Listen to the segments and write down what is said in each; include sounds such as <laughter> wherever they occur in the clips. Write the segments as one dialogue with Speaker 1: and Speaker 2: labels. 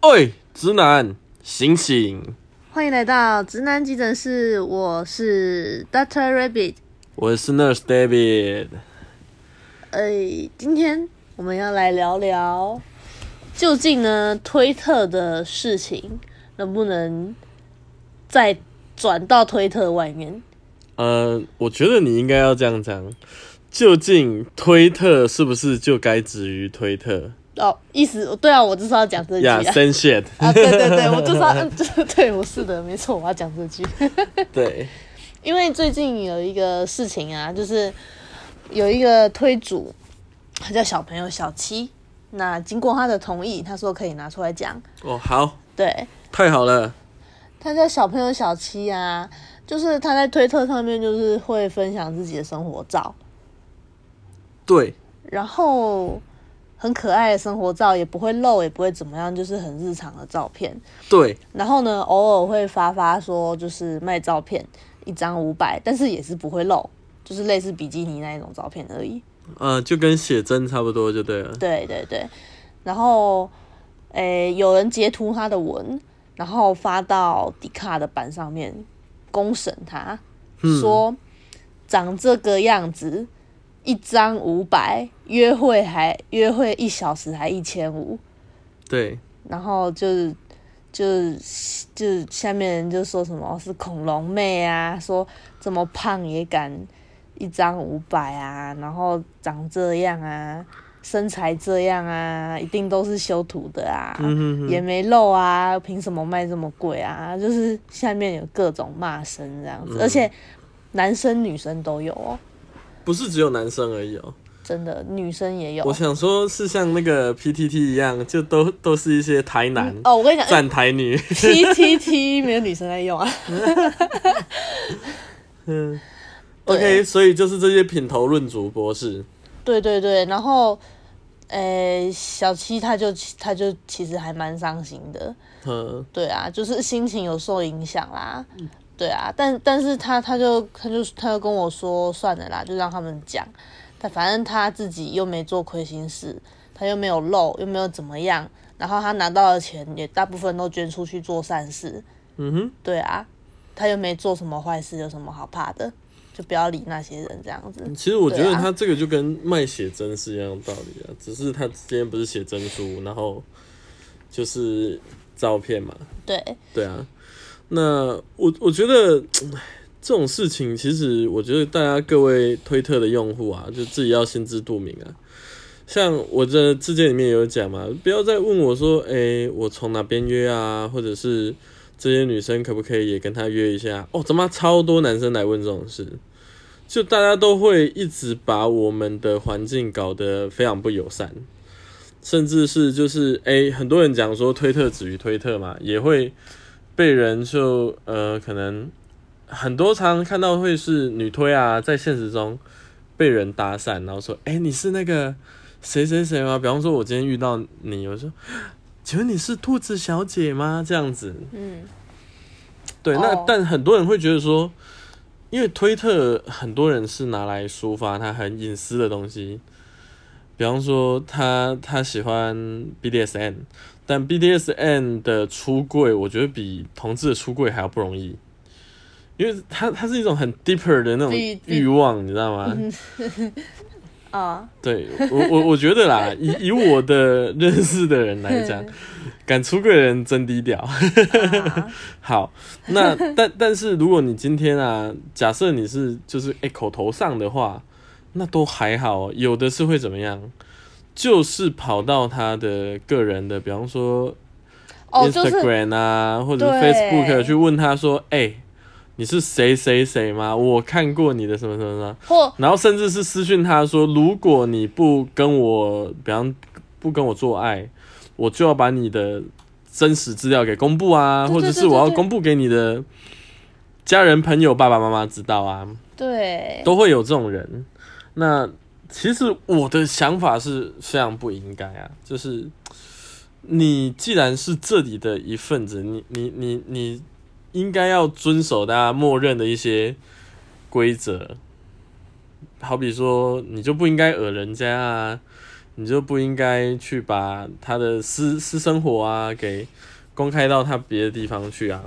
Speaker 1: 哎，直男，醒醒！
Speaker 2: 欢迎来到直男急诊室，我是 Doctor Rabbit。
Speaker 1: 我是 Nurse David。
Speaker 2: 哎，今天我们要来聊聊，究竟呢推特的事情能不能再转到推特外面？
Speaker 1: 呃，我觉得你应该要这样讲，究竟推特是不是就该止于推特
Speaker 2: 哦，意思 <laughs> 对啊，我就是要讲这句
Speaker 1: 呀、
Speaker 2: 啊。
Speaker 1: yeah, s e n d
Speaker 2: <laughs>
Speaker 1: shit。
Speaker 2: 啊，对对对，我就是要， <laughs> 嗯对对，我是的，没错，我要讲这句。
Speaker 1: 对，
Speaker 2: 因为最近有一个事情啊，就是有一个推主，他叫小朋友小七，那经过他的同意，他说可以拿出来讲。
Speaker 1: 哦，好，
Speaker 2: 对，
Speaker 1: 太好了。
Speaker 2: 他叫小朋友小七啊，就是他在推特上面就是会分享自己的生活照，
Speaker 1: 对，
Speaker 2: 然后很可爱的生活照，也不会露，也不会怎么样，就是很日常的照片。
Speaker 1: 对，
Speaker 2: 然后呢，偶尔会发发说就是卖照片，一张五百，但是也是不会露，就是类似比基尼那一种照片而已。
Speaker 1: 呃，就跟写真差不多就对了。
Speaker 2: 对对对，然后诶，有人截图他的文，然后发到迪卡的版上面公审他，说长这个样子，一张五百，约会还约会一小时还一千五，
Speaker 1: 对，
Speaker 2: 然后就是就是就是下面人就说什么是恐龙妹啊，说这么胖也敢一张五百啊，然后长这样啊，身材这样啊，一定都是修图的啊，
Speaker 1: 嗯哼
Speaker 2: 也没露啊，凭什么卖这么贵啊？就是下面有各种骂声这样子，
Speaker 1: 嗯
Speaker 2: 而且男生女生都有哦，
Speaker 1: 不是只有男生而已哦。
Speaker 2: 真的女生也有
Speaker 1: 我。想说，是像那个 PTT 一样，就都都是一些台男、
Speaker 2: 哦，我跟你讲，
Speaker 1: 站台女。
Speaker 2: T T T 没有女生在用啊，对
Speaker 1: OK，所以就是这些品头论足博士。
Speaker 2: 对对对，然后，诶、小七他就他就其实还蛮伤心的，
Speaker 1: 嗯，
Speaker 2: 对啊，就是心情有受影响啦，对啊，但但是他他就他就他就跟我说算了啦，就让他们讲，但反正他自己又没做亏心事，他又没有漏，又没有怎么样，然后他拿到的钱也大部分都捐出去做善事，
Speaker 1: 嗯哼。
Speaker 2: 对啊，他又没做什么坏事，有什么好怕的？就不要理那些人这样子，
Speaker 1: 其实我觉得
Speaker 2: 对啊
Speaker 1: 他这个就跟卖写真是一样的道理啊，只是他今天不是写真书，然后就是照片嘛，
Speaker 2: 对
Speaker 1: 对啊。那我我觉得这种事情，其实我觉得大家各位推特的用户啊，就自己要心知肚明啊。像我这字节里面有讲嘛，不要再问我说，诶、我从哪边约啊，或者是这些女生可不可以也跟她约一下？哦，他妈超多男生来问这种事，就大家都会一直把我们的环境搞得非常不友善，甚至是就是诶、很多人讲说推特止于推特嘛，也会被人就呃可能很多常看到会是女推啊，在现实中被人搭讪，然后说诶、你是那个谁谁谁吗？比方说我今天遇到你，我说请问你是兔子小姐吗？这样子，
Speaker 2: 嗯。
Speaker 1: 对，那、
Speaker 2: 哦
Speaker 1: 但很多人会觉得说，因为推特很多人是拿来抒发他很隐私的东西，比方说他他喜欢 BDSM，但 BDSM 的出柜，我觉得比同志的出柜还要不容易，因为它它是一种很 deeper 的那种
Speaker 2: 比比
Speaker 1: 欲望，你知道吗？ <laughs>
Speaker 2: 啊，
Speaker 1: 对我我我觉得啦，以以我的认识的人来讲，敢出柜的人真低调。
Speaker 2: 啊
Speaker 1: 好，
Speaker 2: <laughs>
Speaker 1: 那但但是如果你今天啊，假设你是就是哎、诶口头上的话，那都还好哦，有的是会怎么样？就是跑到他的个人的，比方说
Speaker 2: 哦，就是，
Speaker 1: Instagram 啊，或者是
Speaker 2: 对
Speaker 1: Facebook 啊去问他说，哎、你是谁谁谁吗？我看过你的什么什么什么，
Speaker 2: 或
Speaker 1: 然后甚至是私讯他说，如果你不跟我，比方不跟我做爱，我就要把你的真实资料给公布啊，
Speaker 2: 对对
Speaker 1: 或者是我要公布给你的家人、朋友、爸爸妈妈知道啊，
Speaker 2: 对，
Speaker 1: 都会有这种人。那其实我的想法是非常不应该啊，就是你既然是这里的一份子，你你你你应该要遵守大家默认的一些规则，好比说你就不应该讹人家啊，你就不应该去把他的私私生活啊给公开到他别的地方去啊。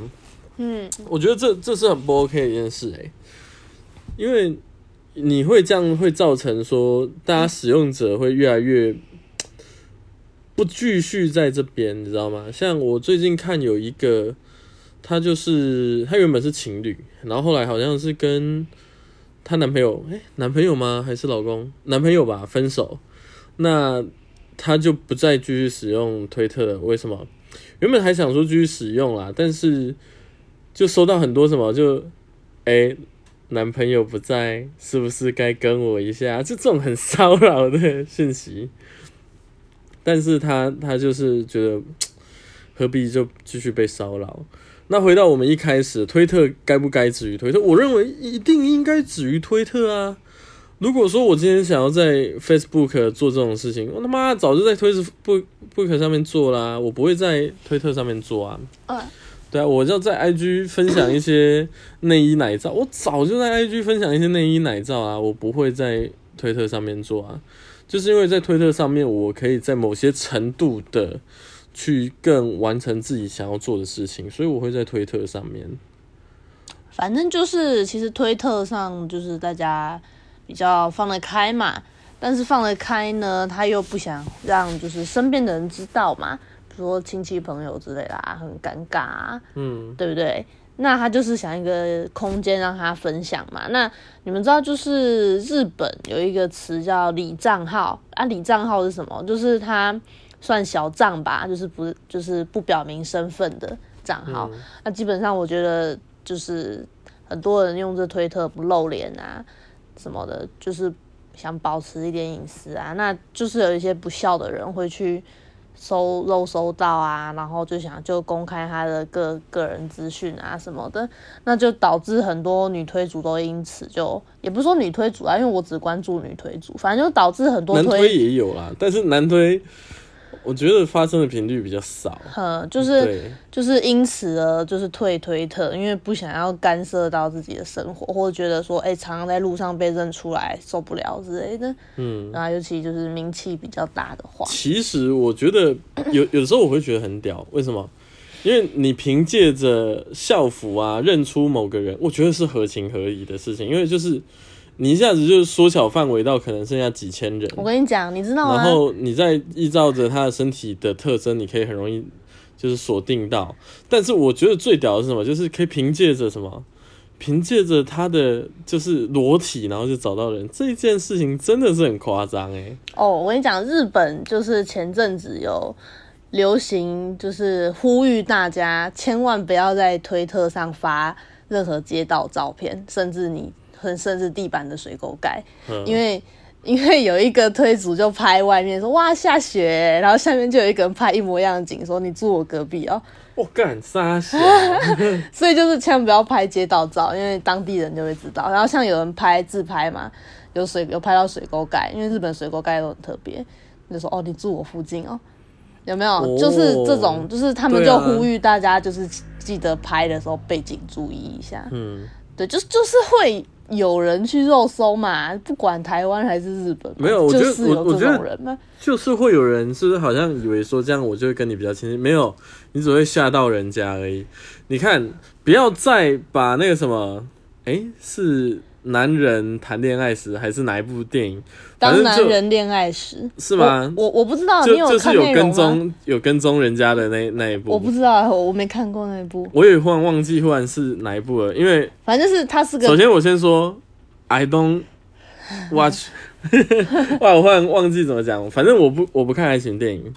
Speaker 2: 嗯，
Speaker 1: 我觉得这这是很不 OK 的一件事诶、欸因为你会这样会造成说，大家使用者会越来越不继续在这边，你知道吗？像我最近看有一个，她就是她原本是情侣，然后后来好像是跟她男朋友，哎、男朋友吗？还是老公？男朋友吧，分手，那她就不再继续使用推特了。为什么？原本还想说继续使用啦，但是就收到很多什么就，哎、男朋友不在，是不是该跟我一下？就这种很骚扰的讯息。但是他他就是觉得，何必就继续被骚扰？那回到我们一开始，推特该不该止于推特？我认为一定应该止于推特啊！如果说我今天想要在 Facebook 做这种事情，我他妈早就在 Facebook 上面做啦、我不会在推特上面做啊。
Speaker 2: 嗯
Speaker 1: 对啊，我要在 IG 分享一些内衣奶照，我早就在 IG 分享一些内衣奶照啊，我不会在推特上面做啊，就是因为在推特上面，我可以在某些程度的去更完成自己想要做的事情，所以我会在推特上面。
Speaker 2: 反正就是，其实推特上就是大家比较放得开嘛，但是放得开呢，他又不想让就是身边的人知道嘛，比如说亲戚朋友之类啦，很尴尬、啊，
Speaker 1: 嗯
Speaker 2: 对不对？那他就是想一个空间让他分享嘛。那你们知道，就是日本有一个词叫“里账号”啊，“里账号”是什么？就是他算小账吧，就是不就是不表明身份的账号。
Speaker 1: 嗯
Speaker 2: 那基本上我觉得就是很多人用这推特不露脸啊什么的，就是想保持一点隐私啊。那就是有一些不孝的人会去搜肉搜到啊，然后就想就公开他的个个人资讯啊什么的，那就导致很多女推主都因此就也不是说女推主啊，因为我只关注女推主，反正就导致很多
Speaker 1: 男推
Speaker 2: 推
Speaker 1: 也有啦，但是男推我觉得发生的频率比较少。
Speaker 2: 呃就是
Speaker 1: 对，
Speaker 2: 就是因此而就是退推特，因为不想要干涉到自己的生活，或者觉得说，哎、常常在路上被认出来受不了之类的。
Speaker 1: 嗯，
Speaker 2: 然后尤其就是名气比较大的话，
Speaker 1: 其实我觉得有有时候我会觉得很屌，为什么？因为你凭借着校服啊认出某个人，我觉得是合情合理的事情，因为就是你一下子就缩小范围到可能剩下几千人，
Speaker 2: 我跟你讲，你知道
Speaker 1: 然
Speaker 2: 吗？
Speaker 1: 后你再依照着他的身体的特征，你可以很容易就是锁定到。但是我觉得最屌的是什么？就是可以凭借着什么？凭借着他的就是裸体，然后就找到人，这件事情真的是很夸张欸诶、
Speaker 2: 哦，我跟你讲，日本就是前阵子有流行，就是呼吁大家千万不要在推特上发任何街道照片，甚至你很甚至地板的水沟盖，
Speaker 1: 嗯
Speaker 2: 因为 <laughs> 因为有一个推主就拍外面说哇下雪欸，然后下面就有一个人拍一模一样的景，说你住我隔壁哦，
Speaker 1: 我干啥 <laughs> 小？
Speaker 2: 所以就是千万不要拍街道照，因为当地人就会知道。然后像有人拍自拍嘛，有水有拍到水沟盖，因为日本水沟盖都很特别，就说哦你住我附近哦，有没有？
Speaker 1: 哦
Speaker 2: 就是这种，就是他们
Speaker 1: 对
Speaker 2: 就
Speaker 1: 啊
Speaker 2: 呼吁大家就是记得拍的时候背景注意一下，
Speaker 1: 嗯，
Speaker 2: 对，就是就是会。有人去肉搜嘛？不管台湾还是日本嘛，
Speaker 1: 没有我觉
Speaker 2: 就
Speaker 1: 得
Speaker 2: 是有
Speaker 1: 我
Speaker 2: 这
Speaker 1: 我觉得
Speaker 2: 种人嘛。
Speaker 1: 就是会有人是不是好像以为说这样我就会跟你比较亲近？没有，你只会吓到人家而已。你看，不要再把那个什么，哎、是男人谈恋爱时还是哪一部电影？反
Speaker 2: 当
Speaker 1: 正
Speaker 2: 男
Speaker 1: 就。
Speaker 2: 人恋爱时
Speaker 1: 是吗
Speaker 2: 我我我不知道，
Speaker 1: 就
Speaker 2: 你
Speaker 1: 就是
Speaker 2: 看
Speaker 1: 有
Speaker 2: 内容
Speaker 1: 跟
Speaker 2: 吗？
Speaker 1: 踪有跟踪人家的那那一部，
Speaker 2: 我不知道，我我没看过那一部。
Speaker 1: 我也忽然忘记忽然是哪一部了，因为
Speaker 2: 反正就是他是个
Speaker 1: 首先我先说，I don't watch，哇，我忽然忘记怎么讲，反正我不我不看爱情电影，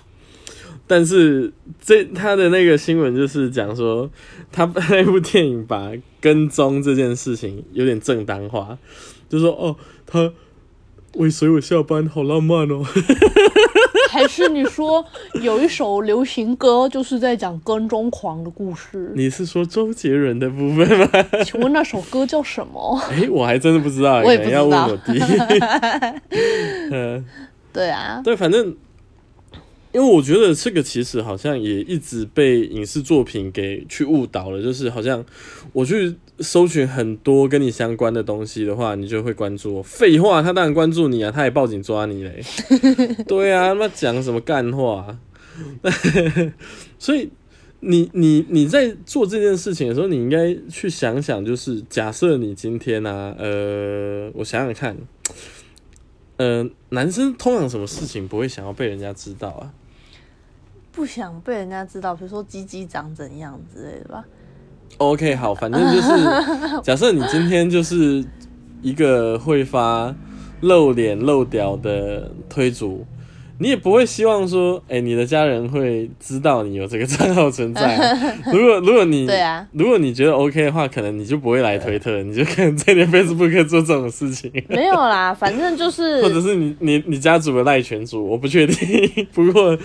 Speaker 1: 但是这他的那个新闻就是讲说，他 <laughs> 那部电影把跟踪这件事情有点正当化，就说哦，他尾随我下班，好浪漫哦， <laughs>
Speaker 2: 还是你说有一首流行歌就是在讲跟踪狂的故事？
Speaker 1: 你是说周杰伦的部分
Speaker 2: <laughs>
Speaker 1: 吗？
Speaker 2: 请问那首歌叫什么？ <laughs>
Speaker 1: 哎、我还真的不知道，
Speaker 2: 我也
Speaker 1: 可能
Speaker 2: 不知
Speaker 1: 要问
Speaker 2: 道
Speaker 1: 我弟。嗯，
Speaker 2: 对啊，
Speaker 1: 对，反正因为我觉得这个其实好像也一直被影视作品给去误导了，就是好像我去搜寻很多跟你相关的东西的话，你就会关注我。废话，他当然关注你啊，他也报警抓你嘞。对啊，他妈讲什么干话、所以你你你在做这件事情的时候，你应该去想想，就是假设你今天啊，呃，我想想看，呃，男生通常什么事情不会想要被人家知道啊？
Speaker 2: 不想被人家知道，比如说鸡鸡长怎样之类的吧。
Speaker 1: OK，好，反正就是
Speaker 2: <laughs>
Speaker 1: 假设你今天就是一个会发露脸露屌的推主，你也不会希望说，哎、你的家人会知道你有这个账号存在
Speaker 2: <laughs>
Speaker 1: 啊。如果如果你
Speaker 2: 对啊
Speaker 1: 如果你觉得 OK 的话，可能你就不会来推特，你就可能在你的
Speaker 2: 啊
Speaker 1: Facebook 做这种事情。
Speaker 2: <laughs> 没有啦，反正就
Speaker 1: 或者
Speaker 2: 是
Speaker 1: 是你你你家族的赖群主，我不确定。 <laughs> 不过，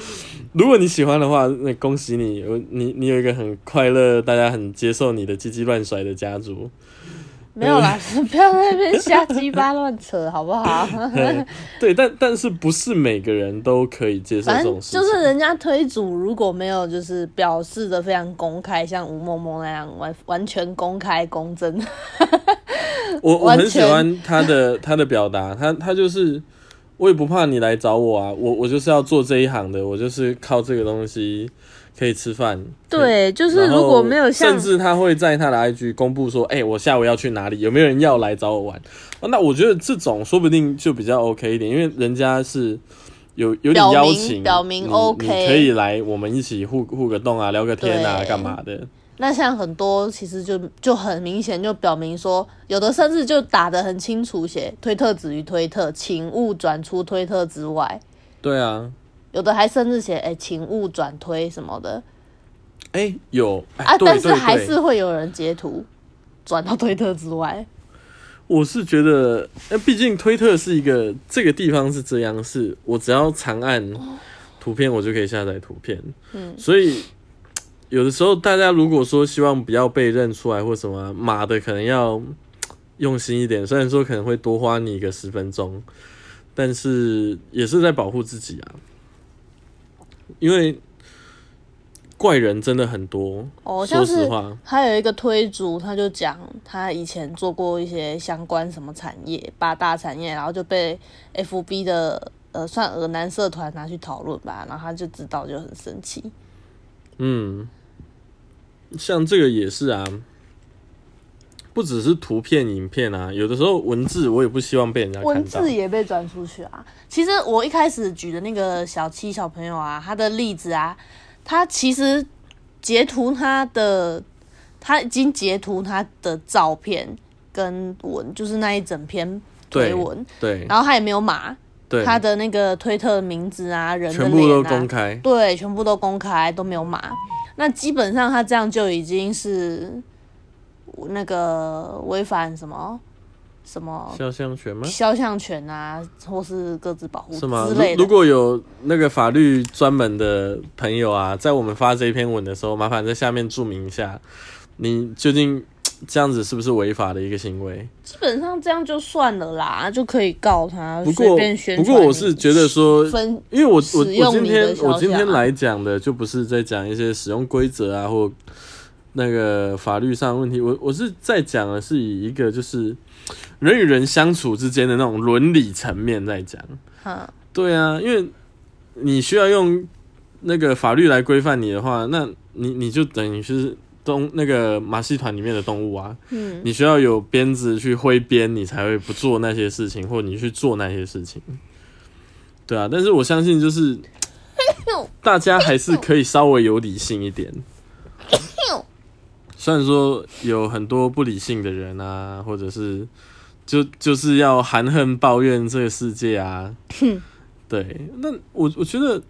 Speaker 1: 如果你喜欢的话，那恭喜你，我你你有一个很快乐，大家很接受你的鸡鸡乱甩的家
Speaker 2: <laughs>
Speaker 1: 族。
Speaker 2: 没有啦， <laughs> 不要在那边瞎鸡巴乱扯，好不
Speaker 1: <laughs>
Speaker 2: 好？
Speaker 1: 对，但但是不是每个人都可以接受这
Speaker 2: 反
Speaker 1: 种
Speaker 2: 正
Speaker 1: 事情？
Speaker 2: 就是人家推主如果没有就是表示的非常公开，像吴梦梦那样完完全公开公正，
Speaker 1: 我我
Speaker 2: 完
Speaker 1: 很喜
Speaker 2: 全
Speaker 1: 欢他的他的表达，他他就是我也不怕你来找我啊，我我就是要做这一行的，我就是靠这个东西可以吃饭。可以
Speaker 2: 对，就是
Speaker 1: 然后
Speaker 2: 如果没有像
Speaker 1: 甚至他会在他的 IG 公布说，哎、我下午要去哪里，有没有人要来找我玩？啊那我觉得这种说不定就比较 OK 一点，因为人家是有有点
Speaker 2: 表明
Speaker 1: 邀请，
Speaker 2: 表明
Speaker 1: 你
Speaker 2: OK
Speaker 1: 你可以来，我们一起互互个动啊，聊个天啊，
Speaker 2: 对
Speaker 1: 干嘛的？
Speaker 2: 那像很多其实就就很明显就表明说，有的甚至就打得很清楚写推特止于推特，请勿转出推特之外，
Speaker 1: 对啊，
Speaker 2: 有的还甚至写哎、请勿转推什么的
Speaker 1: 哎、有哎
Speaker 2: 啊，
Speaker 1: 对
Speaker 2: 但是
Speaker 1: 对
Speaker 2: 还
Speaker 1: 对
Speaker 2: 是会有人截图转到推特
Speaker 1: <laughs>
Speaker 2: 之外，
Speaker 1: 我是觉得，那毕竟推特是一个这个地方是这样，是我只要长按图片，我就可以下载图片。
Speaker 2: 哦嗯
Speaker 1: 所以有的时候大家如果说希望不要被认出来或什么啊，码的可能要用心一点，虽然说可能会多花你个十分钟，但是也是在保护自己啊，因为怪人真的很多。说
Speaker 2: 哦，像
Speaker 1: 实
Speaker 2: 是
Speaker 1: 话，
Speaker 2: 还有一个推主，他就讲他以前做过一些相关什么产业，八大产业，然后就被 FB 的呃算俄男社团拿去讨论吧，然后他就知道就很生气。
Speaker 1: 嗯，像这个也是啊，不只是图片、影片啊，有的时候文字我也不希望被人家看
Speaker 2: 文
Speaker 1: 到。
Speaker 2: 字也被转出去啊。其实我一开始举的那个小七小朋友啊，他的例子啊，他其实截图他的，他已经截图他的照片跟文，就是那一整篇推
Speaker 1: 对
Speaker 2: 文，
Speaker 1: 对
Speaker 2: 然后他也没有码
Speaker 1: 对，
Speaker 2: 他的那个推特名字啊，人的
Speaker 1: 全部都
Speaker 2: 脸
Speaker 1: 公
Speaker 2: 啊，
Speaker 1: 开。
Speaker 2: 对，全部都公开都没有码。那基本上他这样就已经是那个违反什么什么
Speaker 1: 肖像权吗？
Speaker 2: 肖像权啊，或是各自保护
Speaker 1: 是吗？
Speaker 2: 之类
Speaker 1: 如如
Speaker 2: 的。
Speaker 1: 果有那个法律专门的朋友啊，在我们发这篇文的时候，麻烦在下面注明一下，你究竟这样子是不是违法的一个行为？
Speaker 2: 基本上这样就算了啦，就可以告他。
Speaker 1: 不
Speaker 2: 随
Speaker 1: 过
Speaker 2: 便宣，
Speaker 1: 不
Speaker 2: 传
Speaker 1: 过我是觉得说，
Speaker 2: 分
Speaker 1: 因为我我
Speaker 2: 使
Speaker 1: 我
Speaker 2: 用
Speaker 1: 今
Speaker 2: 你的
Speaker 1: 天
Speaker 2: 肖
Speaker 1: 我今天
Speaker 2: 像啊
Speaker 1: 来讲的就不是在讲一些使用规则啊或那个法律上的问题，我我是在讲的是以一个就是人与人相处之间的那种伦理层面在讲。
Speaker 2: 哈，
Speaker 1: 对啊，因为你需要用那个法律来规范你的话，那你你就等于是动那个马戏团里面的动物啊，
Speaker 2: 嗯，
Speaker 1: 你需要有鞭子去挥鞭，你才会不做那些事情，或你去做那些事情。对啊，但是我相信就是大家还是可以稍微有理性一点。虽然说有很多不理性的人啊，或者是就就是要含恨抱怨这个世界啊。对，那我我觉得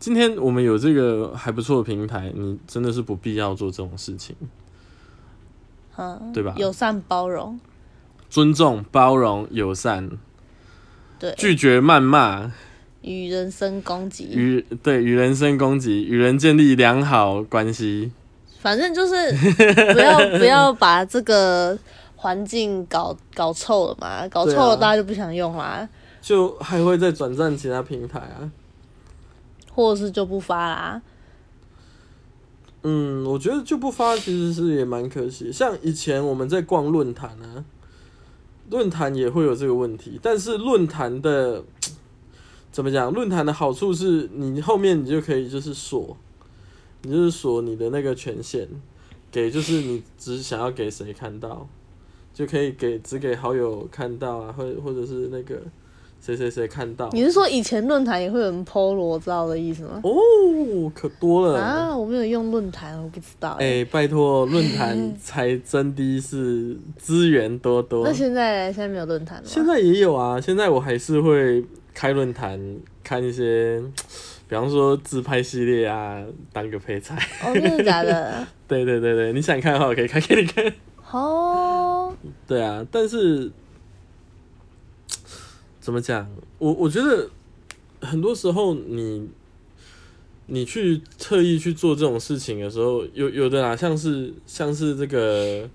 Speaker 1: 今天我们有这个还不错的平台，你真的是不必要做这种事情。
Speaker 2: 哈，
Speaker 1: 对吧
Speaker 2: 友善包容，
Speaker 1: 尊重、包容、友善，
Speaker 2: 对，
Speaker 1: 拒绝谩骂，
Speaker 2: 与人身攻击，
Speaker 1: 与对与人身攻击，与人建立良好关系。
Speaker 2: 反正就是
Speaker 1: <laughs>
Speaker 2: 不要不要把这个环境搞搞臭了嘛，搞臭
Speaker 1: 对啊
Speaker 2: 了大家就不想用啦。
Speaker 1: 就还会再转战其他平台啊。
Speaker 2: 或者是就不发啦。
Speaker 1: 嗯，我觉得就不发其实是也蛮可惜。像以前我们在逛论坛啊，论坛也会有这个问题，但是论坛的怎么讲？论坛的好处是你后面你就可以就是锁，你就是锁你的那个权限，给就是你只想要给谁看到，就可以给只给好友看到啊，或或者是那个谁谁谁看到
Speaker 2: 你是说以前论坛也会有人 PO 裸照的意思吗？
Speaker 1: 哦，可多了。
Speaker 2: 啊，我没有用论坛，我不知道
Speaker 1: 哎、
Speaker 2: 欸。
Speaker 1: 拜托，论坛才真的是资源多多
Speaker 2: 那。现在嘞现在没有论坛了吗？
Speaker 1: 现在也有啊，现在我还是会开论坛看一些，比方说自拍系列啊，当个配菜。 <laughs>
Speaker 2: 哦，真的假的？
Speaker 1: 对对对对，你想看的话，我可以开给你看。
Speaker 2: 哦，
Speaker 1: 对啊，但是怎么讲？我我觉得很多时候你你去特意去做这种事情的时候，有有的啊，像是像是这个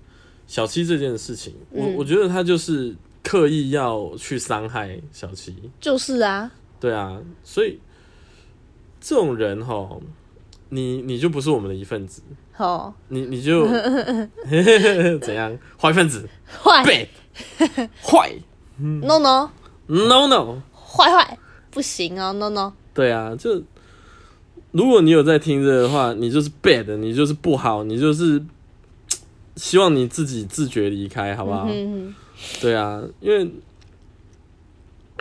Speaker 1: 小七这件事情，
Speaker 2: 嗯
Speaker 1: 我我觉得他就是刻意要去伤害小七，
Speaker 2: 就是啊，
Speaker 1: 对啊，所以这种人哈，你你就不是我们的一份子，
Speaker 2: 好
Speaker 1: 你你就 <laughs> 怎样坏分子
Speaker 2: 坏
Speaker 1: ，bad 坏。
Speaker 2: ，no
Speaker 1: 嗯
Speaker 2: no，
Speaker 1: No no，
Speaker 2: 坏坏，不行哦，no no，
Speaker 1: 对啊，就如果你有在听这个的话，你就是 bad，你就是不好，你就是希望你自己自觉离开，好不好？
Speaker 2: 嗯哼
Speaker 1: 对啊，因为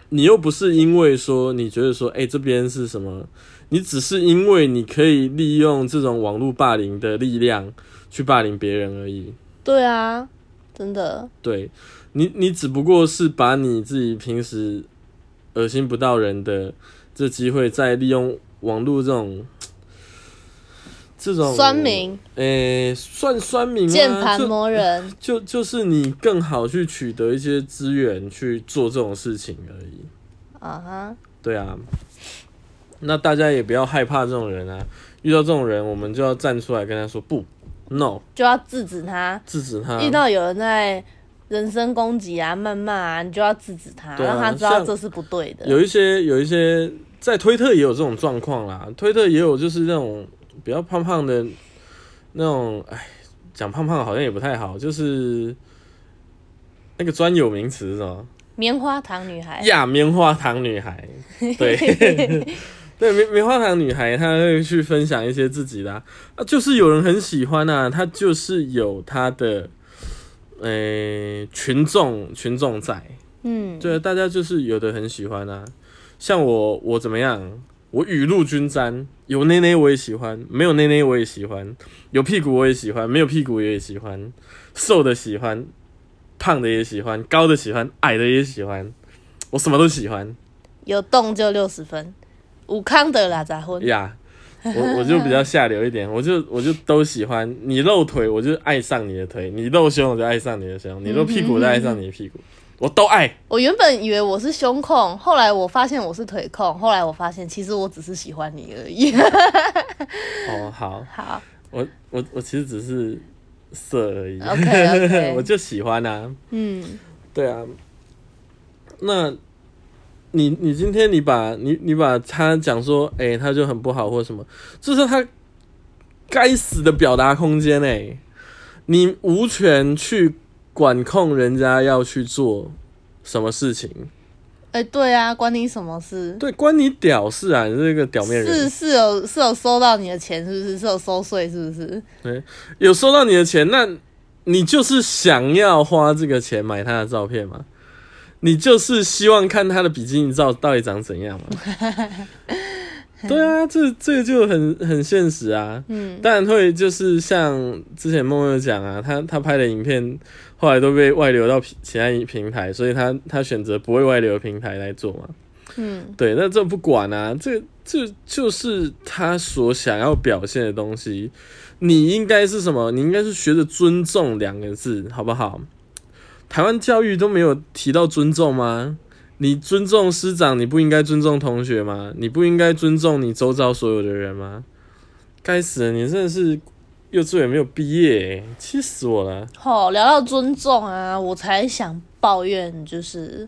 Speaker 1: 你又不是因为说你觉得说，哎、这边是什么？你只是因为你可以利用这种网络霸凌的力量去霸凌别人而已。
Speaker 2: 哼，对啊，真的，
Speaker 1: 对你，你只不过是把你自己平时恶心不到人的这机会，再利用网络这种这种
Speaker 2: 酸，民、
Speaker 1: 啊诶、算酸民吗
Speaker 2: 键盘
Speaker 1: 就
Speaker 2: 魔人，
Speaker 1: 就就是你更好去取得一些资源去做这种事情而已。
Speaker 2: 啊哈，
Speaker 1: 对啊，那大家也不要害怕这种人啊，遇到这种人，我们就要站出来跟他说不，no，
Speaker 2: 就要制止他。
Speaker 1: 制止他。
Speaker 2: 遇到有人在人身攻击啊、谩骂啊，你就要制止他，
Speaker 1: 对啊
Speaker 2: 让他知道
Speaker 1: 像
Speaker 2: 这是不对的。
Speaker 1: 有一些有一些在推特也有这种状况啦，推特也有就是那种比较胖胖的那种，哎，讲胖胖好像也不太好，就是那个专有名词是什么？
Speaker 2: 棉花糖女孩，
Speaker 1: 亚棉花糖女孩，对。对棉棉花糖女孩，她会去分享一些自己的啊，啊就是有人很喜欢啊，她就是有她的，呃、群众群众在，
Speaker 2: 嗯，
Speaker 1: 对，大家就是有的很喜欢啊，像我我怎么样，我雨露均沾，有内内我也喜欢，没有内内我也喜欢，有屁股我也喜欢，没有屁股也喜欢，瘦的喜欢，胖的也喜欢，高的喜欢，矮的也喜欢，我什么都喜欢
Speaker 2: 有动就六十分，武康的啦咋混？
Speaker 1: 呀。我我就比较下流一点，我就我就都喜欢。你露腿，我就爱上你的腿；你露胸，我就爱上你的胸；你露屁股，我就爱上你的屁股。我都爱。
Speaker 2: 我原本以为我是胸控，后来我发现我是腿控，后来我发现其实我只是喜欢你而已。
Speaker 1: 哦，好。
Speaker 2: 好
Speaker 1: 我我我其实只是色而已
Speaker 2: ，OK OK，
Speaker 1: <laughs> 我就喜欢啊。
Speaker 2: 嗯，
Speaker 1: 对啊，那你你今天你把你你把他讲说，哎、他就很不好或什么，这是他该死的表达空间哎、你无权去管控人家要去做什么事情，
Speaker 2: 哎、对啊，关你什么事？
Speaker 1: 对，关你屌事啊！你这个屌面人
Speaker 2: 是是有是有收到你的钱是不是？是有收税是不是？
Speaker 1: 有收到你的钱，那你就是想要花这个钱买他的照片吗？你就是希望看他的比基尼照到底长怎样吗？对啊，这这个就很很现实啊。
Speaker 2: 嗯，
Speaker 1: 当然会就是像之前梦梦讲啊，他他拍的影片后来都被外流到其其他平台，所以他他选择不会外流的平台来做嘛。
Speaker 2: 嗯，
Speaker 1: 对，那这不管啊，这这就是他所想要表现的东西。你应该是什么？你应该是学着尊重两个字，好不好？台湾教育都没有提到尊重吗？你尊重师长，你不应该尊重同学吗？你不应该尊重你周遭所有的人吗？该死的，你真的是幼稚园没有毕业、欸，气死我了！
Speaker 2: 好，聊到尊重啊，我才想抱怨，就是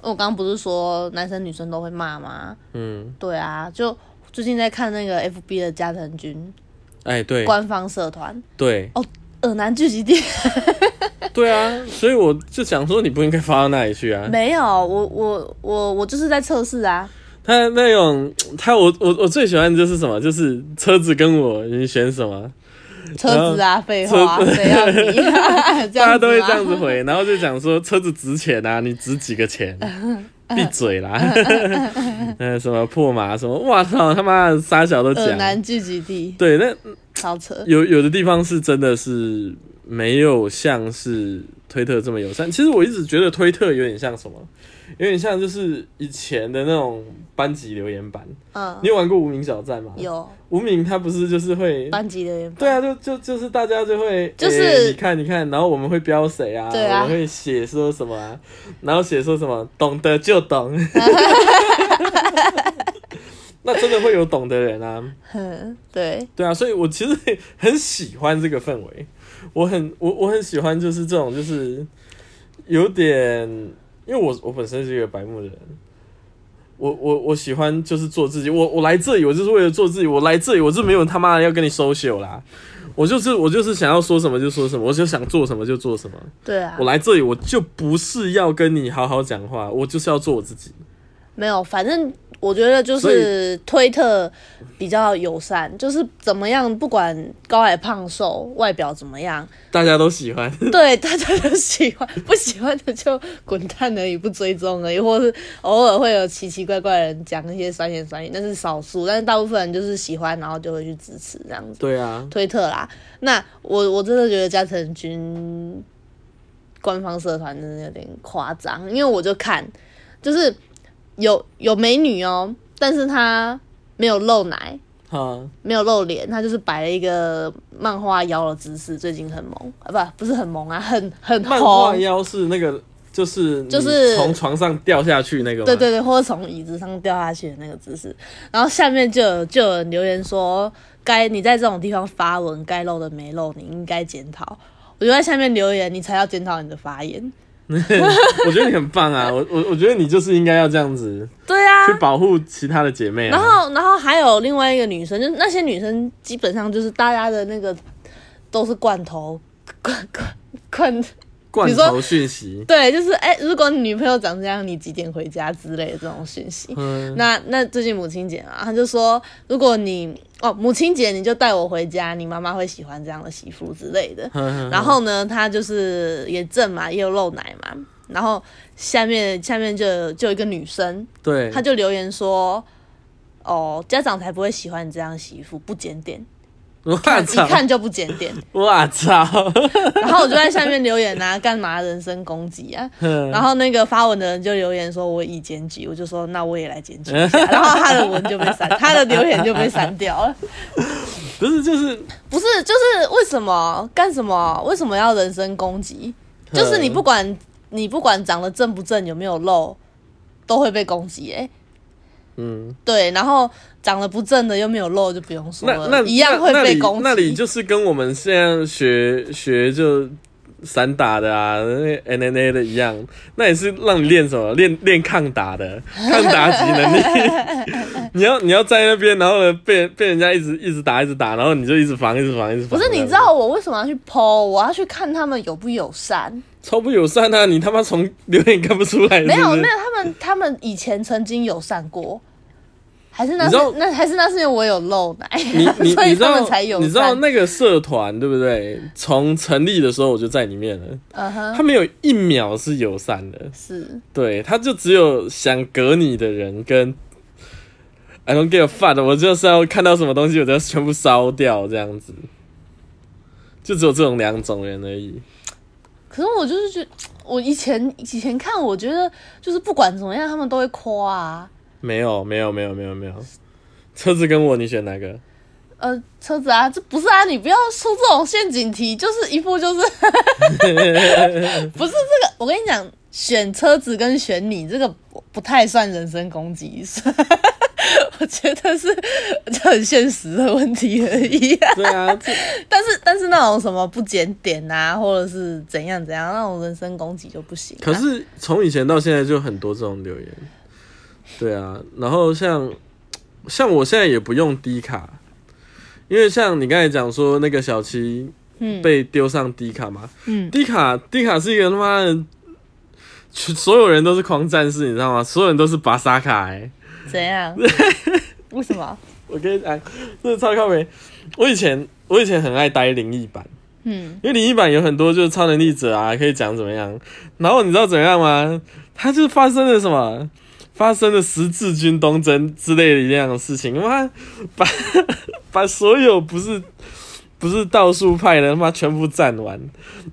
Speaker 2: 我刚刚不是说男生女生都会骂吗？
Speaker 1: 嗯，
Speaker 2: 对啊，就最近在看那个 FB 的加藤君
Speaker 1: 哎，对
Speaker 2: 官方社团
Speaker 1: 对
Speaker 2: 《耳南聚集地》
Speaker 1: 对啊，所以我就想说，你不应该发到那里去啊。
Speaker 2: 没有，我我我我就是在测试啊，
Speaker 1: 他那种，他我我我最喜欢的就是什么，就是车子跟我，你选什么，
Speaker 2: 车子啊，废话啊，谁
Speaker 1: <laughs>
Speaker 2: 要你啊？这
Speaker 1: 嗯大家
Speaker 2: 样
Speaker 1: 都
Speaker 2: 子
Speaker 1: 会这样
Speaker 2: 吗？
Speaker 1: 子回，然后就讲说车子值钱啊，你值几个钱？
Speaker 2: 嗯
Speaker 1: <laughs> 闭嘴啦！ <laughs> 呃，什么破马什么，哇操，他妈的傻小都
Speaker 2: 耳
Speaker 1: 讲。
Speaker 2: 呃南聚集地
Speaker 1: 对，那
Speaker 2: 超扯，
Speaker 1: 有有的地方是真的是没有像是推特这么友善。其实我一直觉得推特有点像什么，有点像就是以前的那种班级留言板。
Speaker 2: 嗯
Speaker 1: 你，有玩过无名小站吗？。
Speaker 2: 有
Speaker 1: 无名他不是就是会。
Speaker 2: 班级留言板，
Speaker 1: 对啊，就就就是大家就会，
Speaker 2: 就是
Speaker 1: 欸你看你看，然后我们会标谁啊？
Speaker 2: 对啊
Speaker 1: 我们会写说什么、啊，然后写说什么，懂得就懂。 <laughs> 那真的会有懂的人啊，
Speaker 2: 哼， <laughs> 对，
Speaker 1: 对啊，所以我其实 <laughs> 很喜欢这个氛围，我很我我很喜欢就是这种就是有点，因为我我本身是一个白目的人，我我我喜欢就是做自己，我我来这里我就是为了做自己，我来这里我就没有他妈的要跟你 social 啦，我就是我就是想要说什么就说什么，我就想做什么就做什么，
Speaker 2: 对啊
Speaker 1: 我，来这里我就不是要跟你好好讲话，我就是要做我自己，
Speaker 2: 没有，反正我觉得就
Speaker 1: 所
Speaker 2: 是推特比较友善，就是怎么样，不管高矮胖瘦，外表怎
Speaker 1: <laughs>
Speaker 2: 么样，
Speaker 1: 大家都喜欢， <laughs>
Speaker 2: 对大家都喜欢，不喜欢的就滚蛋而已，不追踪而已，或是偶尔会有奇奇怪怪的人讲一些酸言酸语，那是少数，但是大部分人就是喜欢，然后就会去支持这样子。
Speaker 1: 对啊，
Speaker 2: 推特啦。那我我真的觉得加藤君官方社团真的有点夸张，因为我就看，就是有有美女哦、但是她没有露奶，
Speaker 1: 哈，
Speaker 2: 没有露脸，她就是摆了一个漫画腰的姿势，最近很萌啊，不不是很萌啊，很很
Speaker 1: 漫画
Speaker 2: 红。
Speaker 1: 腰是那个，就是你
Speaker 2: 就是
Speaker 1: 从床上掉下去那个吗？
Speaker 2: 对对对，或者从椅子上掉下去的那个姿势，然后下面就有就有人留言说，该你在这种地方发文，该露的没露，你应该检讨。我就在下面留言，你才要检讨你的发言。
Speaker 1: 我觉得你很棒啊！我我我觉得你就是应该要这样子
Speaker 2: 对啊
Speaker 1: 去，保护其他的姐妹
Speaker 2: 然
Speaker 1: 啊。
Speaker 2: 后然后还有另外一个女生，就是那些女生基本上就是大家的那个都是罐头罐罐罐，
Speaker 1: 罐
Speaker 2: 你
Speaker 1: 头
Speaker 2: 说
Speaker 1: 讯息，
Speaker 2: 对，就是哎、如果你女朋友长这样，你几点回家之类的这种讯息。
Speaker 1: 嗯，
Speaker 2: 那那最近母亲节嘛，他就说，如果你哦母亲节你就带我回家，你妈妈会喜欢这样的媳妇之类的。然
Speaker 1: 然
Speaker 2: 后呢，他就是也正嘛，也有露奶嘛。然后下面下面就就有一个女生，
Speaker 1: 对，
Speaker 2: 她就留言说：“哦，家长才不会喜欢你这样媳妇，不检点，
Speaker 1: 我
Speaker 2: 一
Speaker 1: 操，
Speaker 2: 看就不检点。
Speaker 1: 我操，”
Speaker 2: 然后我就在下面留言啊，干嘛人身攻击啊？然
Speaker 1: 然
Speaker 2: 后那个发文的人就留言说我已检举，我就说那我也来检举一
Speaker 1: 嗯
Speaker 2: 下，然后他的文就被删，他的留言就被删掉了。
Speaker 1: 不是就是
Speaker 2: 不是，就是为什么干什么？为什么要人身攻击？
Speaker 1: 嗯
Speaker 2: 就是你不管你不管长得正不正，有没有露，都会被攻击哎、
Speaker 1: 嗯，
Speaker 2: 对，然后长得不正的又没有露，就不用说
Speaker 1: 那
Speaker 2: 了，
Speaker 1: 那
Speaker 2: 一样会
Speaker 1: 那
Speaker 2: 被
Speaker 1: 里
Speaker 2: 攻击。
Speaker 1: 那里就是跟我们现在学学就散打的啊，N N A 的一样，那也是让你练什么？练练抗打的，抗打级能力。 <laughs> 你要你要在那边，然后呢被被人家一直一直打，一直打，然后你就一直防，一直防，一直
Speaker 2: 不
Speaker 1: 防。
Speaker 2: 是，你知道我为什么要去 PO？我要去看他们友不友善。
Speaker 1: 超不友善啊！你他妈从留言看不出来是不
Speaker 2: 没
Speaker 1: 是
Speaker 2: 有，没有，他们他们以前曾经友善过，还是那
Speaker 1: 你
Speaker 2: 是
Speaker 1: 知道
Speaker 2: 那还是那是因为我有露奶，
Speaker 1: 你你
Speaker 2: <laughs> 所
Speaker 1: 你
Speaker 2: 以
Speaker 1: 知
Speaker 2: 他们
Speaker 1: 道
Speaker 2: 才友善。
Speaker 1: 你知道那个社团对不对？从成立的时候我就在里面了，
Speaker 2: 嗯哼，
Speaker 1: 他没有一秒是友善的。
Speaker 2: 是
Speaker 1: 对，他就只有想隔你的人跟 I don't give a fuck，我就是要看到什么东西，我就要全部烧掉这样子，就只有这种两种人而已。
Speaker 2: 可是我就是觉得，我以前以前看，我觉得就是不管怎么样，他们都会夸啊。
Speaker 1: 没有，没有，没有，没有，没有。车子跟我，你选哪个？
Speaker 2: 呃，车子啊，这不是啊，你不要出这种陷阱题，就是一副就是，不是这个。我跟你讲，选车子跟选你这个不不太算人身攻击，我觉得是这很现实的问题而已、 <laughs>
Speaker 1: 对啊，这
Speaker 2: 但是但是那种什么不检点啊，或者是怎样怎样那种人身攻击就不行、啊。
Speaker 1: 可是从以前到现在就很多这种留言。对啊，然后像像我现在也不用低卡，因为像你刚才讲说那个小七
Speaker 2: 嗯
Speaker 1: 被丢上低卡嘛，
Speaker 2: 嗯，
Speaker 1: 低卡低卡是一个他妈的，全所有人都是狂战士，你知道吗？所有人都是巴萨卡、欸，
Speaker 2: 怎样？为什么？
Speaker 1: 我跟你讲，这超靠北。我以前我以前很爱待灵异版，
Speaker 2: 嗯，
Speaker 1: 因为灵异版有很多就是超能力者啊，可以讲怎么样。然后你知道怎么样吗？它就是发生了什么？发生了十字军东征之类的一样的事情，妈把 <laughs> 把所有不是不是道术派的他妈全部占完，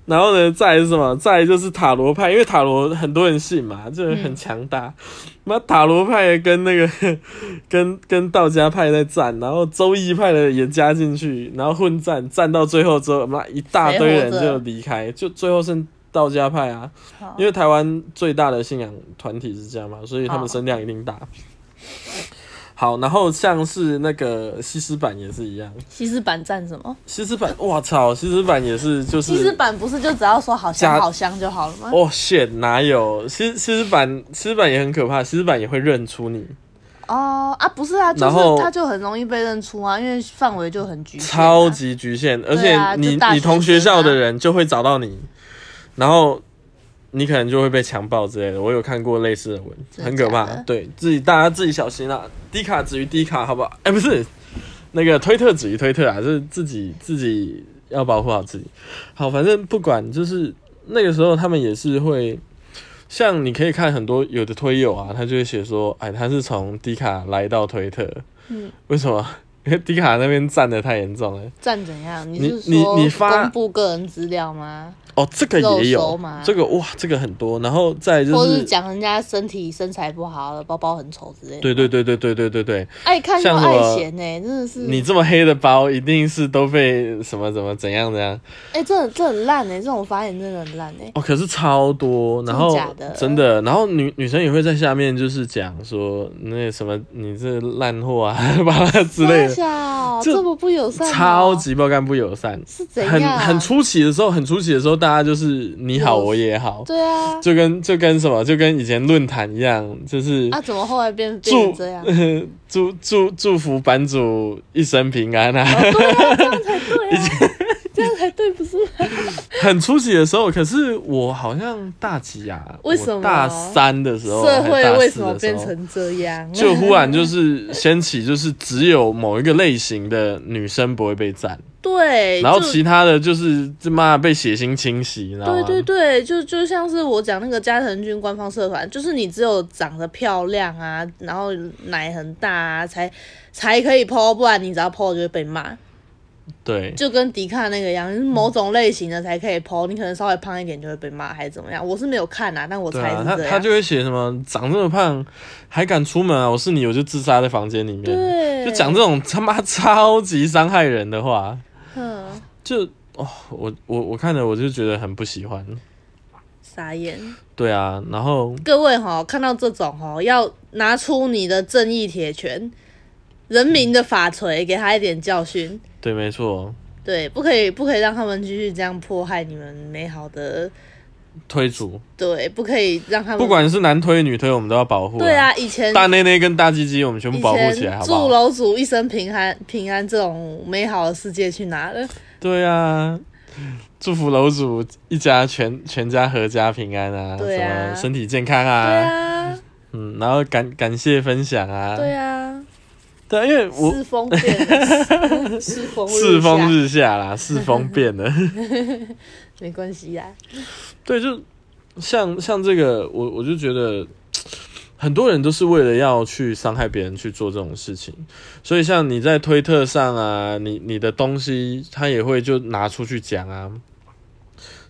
Speaker 1: 然后呢，再来是什么？再来就是塔罗派，因为塔罗很多人信嘛，
Speaker 2: 嗯
Speaker 1: 就是很强大。妈、塔罗派跟那个 <laughs> 跟跟道家派在战，然后周易派的也加进去，然后混战，战到最后之后，妈一大堆人
Speaker 2: 谁活着
Speaker 1: 就离开，就最后剩道家派啊。
Speaker 2: 好
Speaker 1: 因，为台湾最大的信仰团体是这样嘛，所以他
Speaker 2: 好
Speaker 1: 们声量一定大。好，然后像是那个西施版也是一样，
Speaker 2: 西施版占什么？
Speaker 1: 西施版，我操，西施版也是就
Speaker 2: 西施
Speaker 1: 是，
Speaker 2: 版不是就只要说好香
Speaker 1: 假
Speaker 2: 好香就好了吗？
Speaker 1: 哦，shit，哪有西西施版，西施版也很可怕，西施版也会认出你，
Speaker 2: 哦啊，不是啊，就
Speaker 1: 然后
Speaker 2: 是他就很容易被认出啊，因为范围就很局限、啊。
Speaker 1: 超级局限，而且
Speaker 2: 啊就
Speaker 1: 你、
Speaker 2: 大
Speaker 1: 你
Speaker 2: 学
Speaker 1: 同学
Speaker 2: 生啊
Speaker 1: 校的人就会找到你，然后你可能就会被强暴之类的。我有看过类似的文，
Speaker 2: 真的
Speaker 1: 很可怕
Speaker 2: 假的。
Speaker 1: 对自己大家自己小心啊，低卡止于低卡，好不好？哎、不是那个推特止于推特啊，是自己自己要保护好自己。好，反正不管，就是那个时候他们也是会。像你可以看很多有的推友啊，他就会写说，哎，他是从迪卡来到推特，
Speaker 2: 嗯，
Speaker 1: 为什么？因为迪卡那边占的太严重了，
Speaker 2: 占怎样？你
Speaker 1: 你
Speaker 2: 是
Speaker 1: 你
Speaker 2: 说
Speaker 1: 你发
Speaker 2: 公布个人资料吗？
Speaker 1: 哦，这个也
Speaker 2: 肉搜
Speaker 1: 有
Speaker 2: 嘛，
Speaker 1: 这个哇，这个很多。然后再来就
Speaker 2: 或者是
Speaker 1: 是，
Speaker 2: 讲人家身体身材不好，包包很丑之类的？
Speaker 1: 对对对对对对对对，
Speaker 2: 爱看又
Speaker 1: 像什么
Speaker 2: 爱嫌呢、真的是
Speaker 1: 你这么黑的包一定是都被什么怎么怎样怎样
Speaker 2: 哎、这这很烂哎、这种发言真的很烂哎、
Speaker 1: 哦，可是超多。然后
Speaker 2: 真的假的
Speaker 1: 真的，然后女女生也会在下面就是讲说那什么你这烂货啊， <laughs> 巴拉之类
Speaker 2: 傻
Speaker 1: 的，
Speaker 2: 小
Speaker 1: 这
Speaker 2: 这么不友啊善哦、
Speaker 1: 超级爆肝不友善。
Speaker 2: 是怎
Speaker 1: 很
Speaker 2: 样？
Speaker 1: 很出奇的时候，很出奇的时候，大家就是你好
Speaker 2: 有
Speaker 1: 我也好，
Speaker 2: 对啊，
Speaker 1: 就跟就跟什么，就跟以前论坛一样，就是
Speaker 2: 啊怎么后来变变
Speaker 1: 祝
Speaker 2: 成这样？
Speaker 1: 祝祝祝福版主一生平安啊！ <laughs>
Speaker 2: 对啊，这样才对不是吗？
Speaker 1: 很初级的时候，可是我好像大几啊？
Speaker 2: 为什么
Speaker 1: 我大三的时候，
Speaker 2: 社
Speaker 1: 还大四的
Speaker 2: 会
Speaker 1: 时候
Speaker 2: 为什么变？成这样？
Speaker 1: 就忽然就是掀起，就是只有某一个类型的女生不会被占，
Speaker 2: 对，
Speaker 1: 然后
Speaker 2: 哎就
Speaker 1: 其他的就是他妈被血腥侵袭，啊你知道吗？
Speaker 2: 对对对，就就像是我讲那个加藤君官方社团，就是你只有长得漂亮啊，然后奶很大啊，才才可以 PO，不然你只要 PO 就会被骂，
Speaker 1: 对
Speaker 2: 就跟迪卡那个一样，你是某种类型的才可以 PO，你可能稍微胖一点就会被骂，还是怎么样？我是没有看啊，但我
Speaker 1: 对
Speaker 2: 猜
Speaker 1: 啊，
Speaker 2: 是
Speaker 1: 他
Speaker 2: 这
Speaker 1: 他
Speaker 2: 样。
Speaker 1: 就会写什么长这么胖还敢出门啊？我是你，我就自杀在房间里面。
Speaker 2: 对，
Speaker 1: 就讲这种他妈超级伤害人的话，
Speaker 2: 哼，
Speaker 1: 就哦，我我我看了我就觉得很不喜欢。
Speaker 2: 傻眼。
Speaker 1: 对啊，然后
Speaker 2: 各位哈、看到这种哈、要拿出你的正义铁拳，人民的法锤，给他一点教训。
Speaker 1: 对，没错，
Speaker 2: 对，不可以，不可以让他们继续这样迫害你们美好的，
Speaker 1: 推主，
Speaker 2: 对，不可以让他们
Speaker 1: 不管是男推女推，我们都要保护、
Speaker 2: 嗯对，啊，以前
Speaker 1: 大内内跟大鸡鸡，我们全部
Speaker 2: 以
Speaker 1: 保护起来，
Speaker 2: 前
Speaker 1: 好不
Speaker 2: 祝
Speaker 1: 好？
Speaker 2: 楼主一生平安平安这种美好的世界去哪了？
Speaker 1: 对啊，祝福楼主一家全全家阖家平安啊，
Speaker 2: 对啊
Speaker 1: 什么身体健康啊，
Speaker 2: 对啊，
Speaker 1: 嗯，然后感感谢分享啊，
Speaker 2: 对啊，
Speaker 1: 对啊，因为我
Speaker 2: 世风变了，世风
Speaker 1: 世风日
Speaker 2: 日下
Speaker 1: 下啦，世风变了。
Speaker 2: 没关系啊啦，
Speaker 1: 对，就像像这个，我我就觉得很多人都是为了要去伤害别人去做这种事情，所以像你在推特上啊，你你的东西他也会就拿出去讲啊，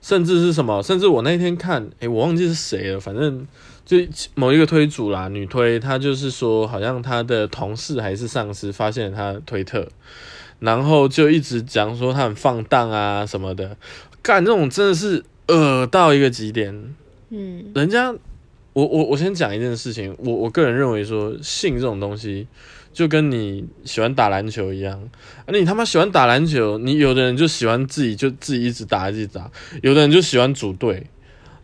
Speaker 1: 甚至是什么，甚至我那天看，诶，我忘记是谁了，反正。就某一个推主啦，女推，她就是说，好像她的同事还是上司发现了她的推特，然后就一直讲说她很放荡啊什么的，干这种真的是恶到一个极点。
Speaker 2: 嗯
Speaker 1: 人家，我我我先讲一件事情，我我个人认为说性这种东西，就跟你喜欢打篮球一样，啊、你他妈喜欢打篮球，你有的人就喜欢自己就自己一直打一直打，有的人就喜欢组队。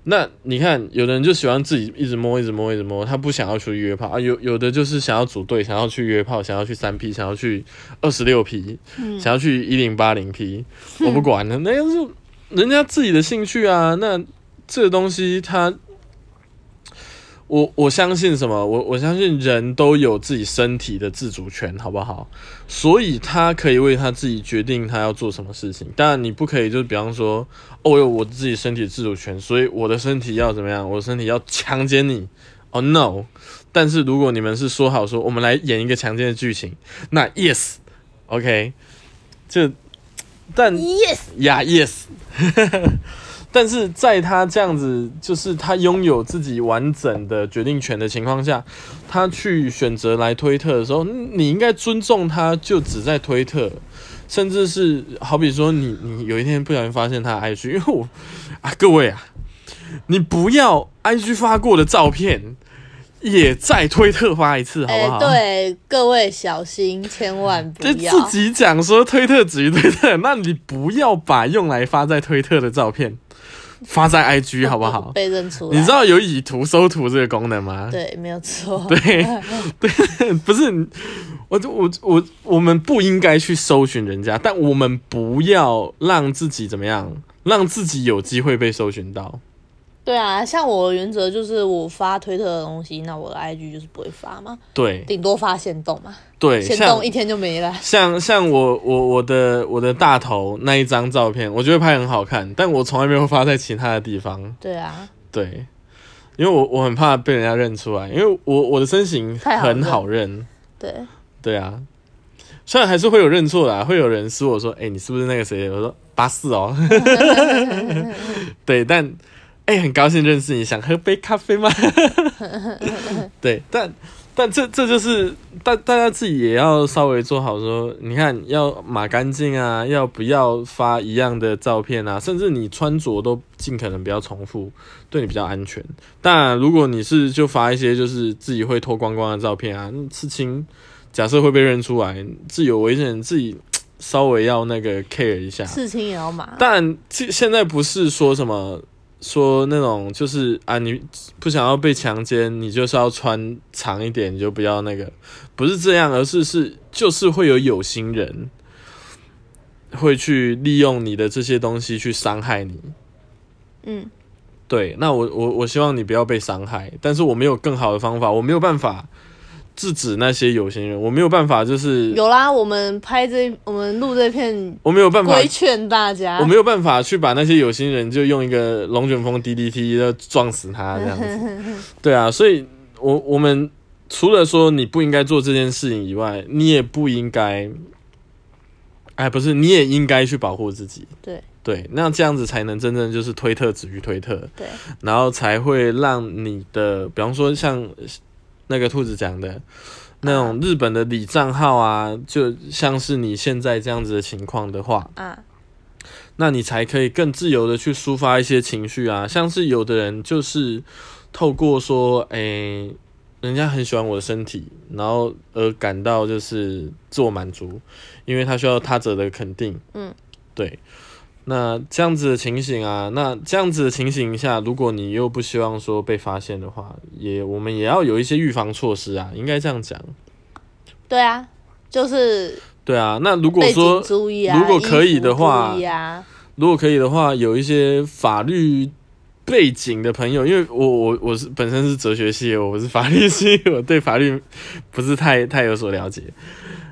Speaker 1: 那你看，有的人就喜欢自己一直摸，一直摸，一直摸，他不想要去约炮啊。有有的就是想要组队，想要去约炮，想要去三 P，想要去二十六 P，想要去一零八零 P，我不管了，那个是人家自己的兴趣啊。那这个东西它，我我相信什么？我我相信人都有自己身体的自主权，好不好？所以他可以为他自己决定他要做什么事情。当然，你不可以就比方说，哦，我有我自己身体的自主权，所以我的身体要怎么样？我的身体要强奸你？哦、no！但是如果你们是说好说我们来演一个强奸的剧情，那 yes，OK，、这但
Speaker 2: Yes，
Speaker 1: 呀、yes，但是在他这样子，就是他拥有自己完整的决定权的情况下，他去选择来推特的时候，嗯你应该尊重他，就只在推特，甚至是好比说你你有一天不小心发现他的 IG，因为我啊各位啊，你不要 IG 发过的照片也在推特发一次，好
Speaker 2: 哎、
Speaker 1: 不好？
Speaker 2: 对，各位小心，千万不
Speaker 1: 就
Speaker 2: 要。
Speaker 1: 自己讲说推特止于推特，那你不要把用来发在推特的照片发在
Speaker 2: <laughs>
Speaker 1: IG 好不好？
Speaker 2: 被认出来，
Speaker 1: 你知道有以图搜图这个功能吗？
Speaker 2: 对，没有错。
Speaker 1: 对对， <laughs> 不是，我我我我们不应该去搜寻人家，但我们不要让自己怎么样，让自己有机会被搜寻到。
Speaker 2: 对啊，像我的原则就是我发推特的东西，那我的 IG 就是不会发嘛，
Speaker 1: 对
Speaker 2: 顶多发限动嘛，
Speaker 1: 对，
Speaker 2: 限
Speaker 1: 像
Speaker 2: 动一天就没了。
Speaker 1: 像像我我我的我的大头那一张照片，我觉得拍很好看，但我从来没有发在其他的地方。
Speaker 2: 对啊，
Speaker 1: 对，因为我我很怕被人家认出来，因为我我的身形
Speaker 2: 太好
Speaker 1: 很
Speaker 2: 认
Speaker 1: 好认，
Speaker 2: 对，
Speaker 1: 对啊，虽然还是会有认错啦，会有人说我说，哎、你是不是那个谁？我说八四哦，对，但哎、很高兴认识你，想喝杯咖啡吗？ <laughs> 对，但但这这就是大大家自己也要稍微做好说，你看要码干净啊，要不要发一样的照片啊，甚至你穿着都尽可能不要重复，对你比较安全。当然，如果你是就发一些就是自己会脱光光的照片啊，那刺青假设会被认出来，自有危险，自己稍微要那个 care 一下。
Speaker 2: 事情也要忙。
Speaker 1: 但这现在不是说什么说那种就是啊，你不想要被强奸，你就是要穿长一点，你就不要那个，不是这样，而是是就是会有有心人会去利用你的这些东西去伤害你。
Speaker 2: 嗯，
Speaker 1: 对，那我我我希望你不要被伤害，但是我没有更好的方法，我没有办法制止那些有心人，我没有办法就是
Speaker 2: 有啦，我们拍这，我们录这片，
Speaker 1: 我没有办法
Speaker 2: 规劝大家
Speaker 1: 我，没有办法去把那些有心人就用一个龙卷风 DDT 要撞死他这样子，对啊，所以我我们除了说你不应该做这件事情以外，你也不应该，哎，不是，你也应该去保护自己，
Speaker 2: 对
Speaker 1: 对，那这样子才能真正就是推特止于推特，
Speaker 2: 对，
Speaker 1: 然后才会让你的，比方说像那个兔子讲的那种日本的礼账号啊，就像是你现在这样子的情况的话，
Speaker 2: 啊，
Speaker 1: 那你才可以更自由的去抒发一些情绪啊。像是有的人就是透过说，诶、人家很喜欢我的身体，然后而感到就是自我满足，因为他需要他者的肯定。
Speaker 2: 嗯，
Speaker 1: 对。那这样子的情形啊，那这样子的情形下，如果你又不希望说被发现的话，也我们也要有一些预防措施啊，应该这样讲。
Speaker 2: 对啊，就是
Speaker 1: 对啊，那如果
Speaker 2: 背
Speaker 1: 说
Speaker 2: 景注意啊，
Speaker 1: 如果可以
Speaker 2: 衣服
Speaker 1: 的话
Speaker 2: 注意啊，
Speaker 1: 如果可以的话，有一些法律背景的朋友，因为我我我是本身是哲学系，我是法律系，我对法律不是太太有所了解。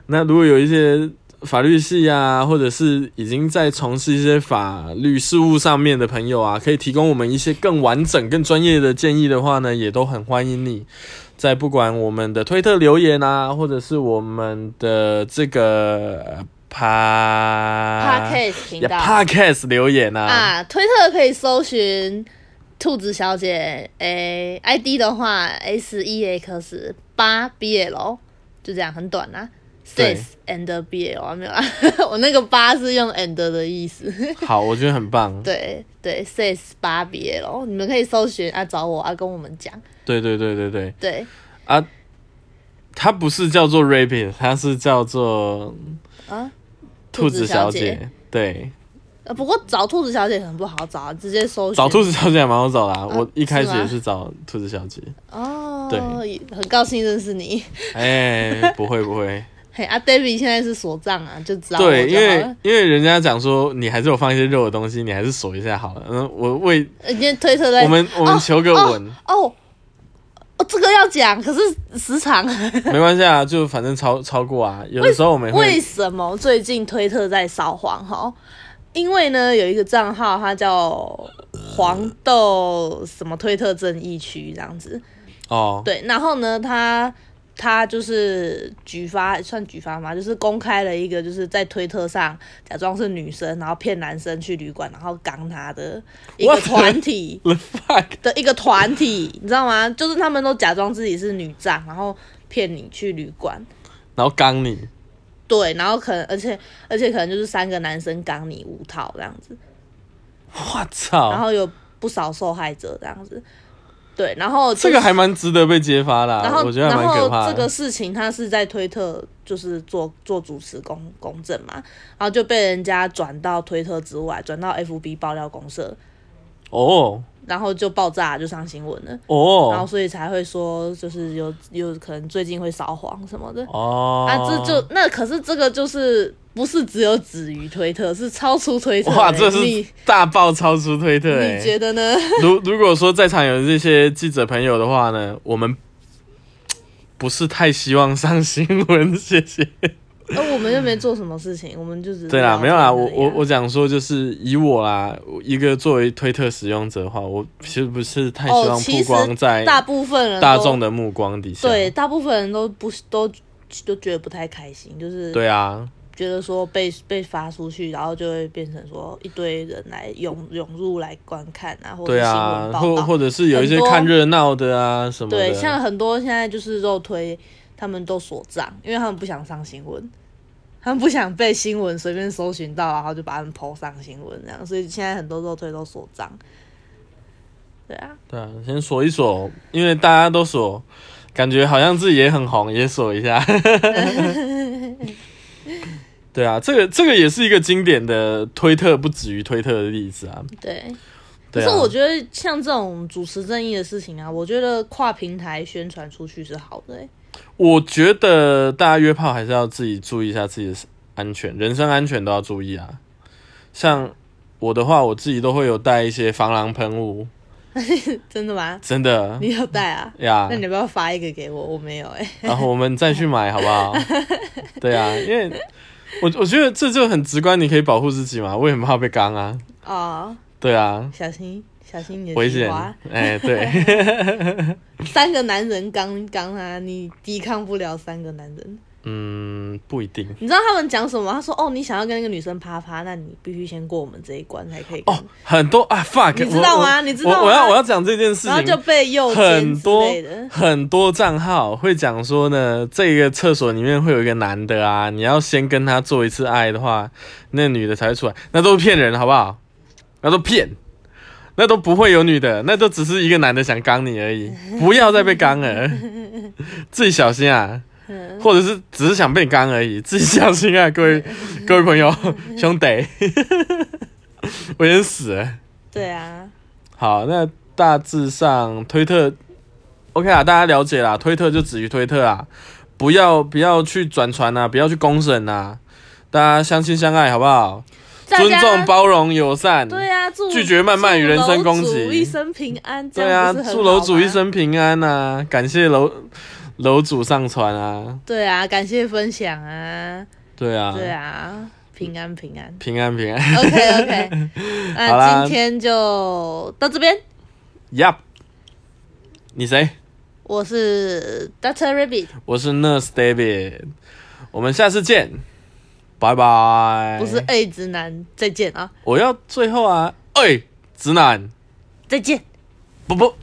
Speaker 1: 那如果有一些法律系啊，或者是已经在从事一些法律事务上面的朋友啊，可以提供我们一些更完整、更专业的建议的话呢，也都很欢迎你。在不管我们的推特留言啊，或者是我们的这个呃趴
Speaker 2: Podcast 频
Speaker 1: 也
Speaker 2: 道
Speaker 1: Podcast 留言啊，
Speaker 2: 啊，推特可以搜寻兔子小姐，诶、i d 的话 S E X 八 B L，就这样很短啊。
Speaker 1: 对
Speaker 2: Six and B L 啊，没有啊， <laughs> 我那个八是用 and 的意思。 <laughs>
Speaker 1: 好，我觉得很棒。
Speaker 2: 对对，Six 八 B L，你们可以搜寻啊，找我啊，跟我们讲。
Speaker 1: 对对对对对，
Speaker 2: 对，
Speaker 1: 它不是叫做 Rabbit，它是叫做
Speaker 2: 啊
Speaker 1: 兔子小
Speaker 2: 小
Speaker 1: 姐。对，
Speaker 2: 呃，不过找兔子小姐很不好找，啊直接搜寻
Speaker 1: 找兔子小姐也蛮好找的、啊，我一开始
Speaker 2: 是吗
Speaker 1: 也是找兔子小姐。
Speaker 2: 哦，
Speaker 1: 对，
Speaker 2: 很高兴认识你。
Speaker 1: 哎、
Speaker 2: <laughs>
Speaker 1: 不会不会，
Speaker 2: 嘿，啊，David 现在是所长啊，就知道我
Speaker 1: 对，因
Speaker 2: 就好
Speaker 1: 为
Speaker 2: 了。
Speaker 1: 因为人家讲说你还是有放一些肉的东西，你还是锁一下好了。嗯，我为
Speaker 2: 呃今天推特在
Speaker 1: 我们我们求个吻，
Speaker 2: 哦，哦，这个要讲，可是时长
Speaker 1: 没关系啊，就反正超超过啊。有的时候我们
Speaker 2: 为
Speaker 1: 会
Speaker 2: 什么最近推特在烧黄哈？因为呢，有一个账号，它叫黄豆什么推特正义区这样子。
Speaker 1: 哦，
Speaker 2: 对，然后呢，他他就是举发，算举发嘛，就是公开了一个，就是在推特上假装是女生，然后骗男生去旅馆，然后刚他的一个
Speaker 1: What the-
Speaker 2: 团体
Speaker 1: The fuck，
Speaker 2: 的一个团体，你知道吗？就是他们都假装自己是女障，然后骗你去旅馆。
Speaker 1: 然后刚你，
Speaker 2: 对，然后可能，而且而且可能就是三个男生刚你五套这样子，
Speaker 1: 我
Speaker 2: 然
Speaker 1: 操，
Speaker 2: 后有不少受害者这样子，对，然后、
Speaker 1: <laughs> 这个还蛮值得被揭发啦
Speaker 2: 然后，
Speaker 1: 我觉得还蛮可
Speaker 2: 然
Speaker 1: 怕
Speaker 2: 后这个
Speaker 1: 的。
Speaker 2: 事情他是在推特就是做做主持公公正嘛，然后就被人家转到推特之外，转到 FB 爆料公社，
Speaker 1: 哦
Speaker 2: 然后就爆炸就上新闻了，然后
Speaker 1: 哦
Speaker 2: 所以才会说就是有有可能最近会撒谎什么的。
Speaker 1: 哦，
Speaker 2: 啊，这就那可是这个就是不是只有止于推特，是超出推特的。
Speaker 1: 哇，这是
Speaker 2: 你
Speaker 1: 大爆超出推特
Speaker 2: 你
Speaker 1: 哎。
Speaker 2: 觉得呢？ <laughs>
Speaker 1: 如如果说在场有这些记者朋友的话呢，我们不是太希望上新闻，谢
Speaker 2: <laughs>
Speaker 1: 谢。
Speaker 2: 呃，我们又没做什么事情，我们就只是
Speaker 1: 对啦，
Speaker 2: 聊
Speaker 1: 没有啦，
Speaker 2: 天
Speaker 1: 我
Speaker 2: 而已啊
Speaker 1: 我我讲说就是以我啦，我一个作为推特使用者的话，我其实不是太希
Speaker 2: 哦，
Speaker 1: 望
Speaker 2: 其
Speaker 1: 曝
Speaker 2: 实
Speaker 1: 光在
Speaker 2: 大部分人
Speaker 1: 大
Speaker 2: 都
Speaker 1: 众的目光底下。
Speaker 2: 对，大部分人都不都都觉得不太开心，就是
Speaker 1: 对啊，
Speaker 2: 觉得说被被发出去，然后就会变成说一堆人来涌涌入来观看啊，或者
Speaker 1: 对
Speaker 2: 新
Speaker 1: 啊
Speaker 2: 闻，报
Speaker 1: 或
Speaker 2: 道。
Speaker 1: 或者是有一些
Speaker 2: 很多
Speaker 1: 看热闹的啊什么的。
Speaker 2: 对，像很多现在就是肉推，他们都锁账，因为他们不想上新闻，他们不想被新闻随便搜寻到，然后就把他们抛上新闻这样，所以现在很多肉推都锁账。对啊，
Speaker 1: 对啊，先锁一锁，因为大家都锁，感觉好像自己也很红，也锁一
Speaker 2: <laughs>
Speaker 1: 下。对啊，这个这个也是一个经典的推特不止于推特的例子啊。
Speaker 2: 对。可
Speaker 1: 对
Speaker 2: 是
Speaker 1: 啊，
Speaker 2: 我觉得像这种主持正义的事情啊，我觉得跨平台宣传出去是好的、欸。
Speaker 1: 我觉得大家约炮还是要自己注意一下自己的安全，人身安全都要注意啊。像我的话，我自己都会有带一些防狼喷雾，
Speaker 2: 真的吗？
Speaker 1: 真的
Speaker 2: 你有带啊？
Speaker 1: 呀
Speaker 2: 那。你要不要发一个给我？我没有哎、 <laughs> 欸。
Speaker 1: 然后我们再去买好不
Speaker 2: <laughs>
Speaker 1: 好？对啊，因为我我觉得这就很直观，你可以保护自己嘛。我也很怕被刚啊，
Speaker 2: 哦，
Speaker 1: 对啊，
Speaker 2: 小心小心你的
Speaker 1: 危
Speaker 2: 菊
Speaker 1: 险
Speaker 2: 花。。
Speaker 1: 哎、对，
Speaker 2: <laughs> 三个男人刚刚啊，你抵抗不了三个男人。
Speaker 1: 嗯，不一定。
Speaker 2: 你知道他们讲什么？他说：“哦，你想要跟一个女生啪啪，那你必须先过我们这一关才可以。”
Speaker 1: 哦，，很多啊，fuck，
Speaker 2: 你知道
Speaker 1: 我
Speaker 2: 吗
Speaker 1: 我
Speaker 2: 你知道吗
Speaker 1: 我我要我要讲这件事
Speaker 2: 然后
Speaker 1: 情，
Speaker 2: 就被诱奸
Speaker 1: 很
Speaker 2: 之
Speaker 1: 多
Speaker 2: 类的。
Speaker 1: 很多账号会讲说呢，这个厕所里面会有一个男的啊，你要先跟他做一次爱的话，那女的才会出来，那都是骗人，好不好？那都骗，那都不会有女的，那都只是一个男的想刚你而已，不要再被刚了，自己小心啊。或者是只是想被刚而已，自己小心啊，各位各位朋友兄弟， <laughs> 我先死了。
Speaker 2: 对啊，
Speaker 1: 好，那大致上推特 OK 啊，大家了解啦，推特就止于推特啊，不要不要去转传啊，不要去公审啊，大家相亲相爱好不好？
Speaker 2: 大
Speaker 1: 尊
Speaker 2: 家
Speaker 1: 重、包容、友善。
Speaker 2: 对啊，祝
Speaker 1: 拒绝谩骂与人身攻击
Speaker 2: 祝楼主一生平安。这
Speaker 1: 对
Speaker 2: 样
Speaker 1: 啊，
Speaker 2: 不是很
Speaker 1: 祝楼
Speaker 2: 好
Speaker 1: 主
Speaker 2: 吗
Speaker 1: 一。生平安呐、感谢楼楼主上传啊，
Speaker 2: 对啊，感谢分享啊，
Speaker 1: 对啊，
Speaker 2: 对啊，平安平
Speaker 1: <laughs>
Speaker 2: 安。
Speaker 1: 平安平安
Speaker 2: OK OK，
Speaker 1: 好啦
Speaker 2: 那今天就到这边。
Speaker 1: ，Yup，你谁？
Speaker 2: 我是 Doctor Rabbit，
Speaker 1: 我是 Nurse David，我们下次见，拜拜。
Speaker 2: 不是 A 直男，再见啊，
Speaker 1: 我要最后啊，哎、直男，
Speaker 2: 再见。
Speaker 1: 不不。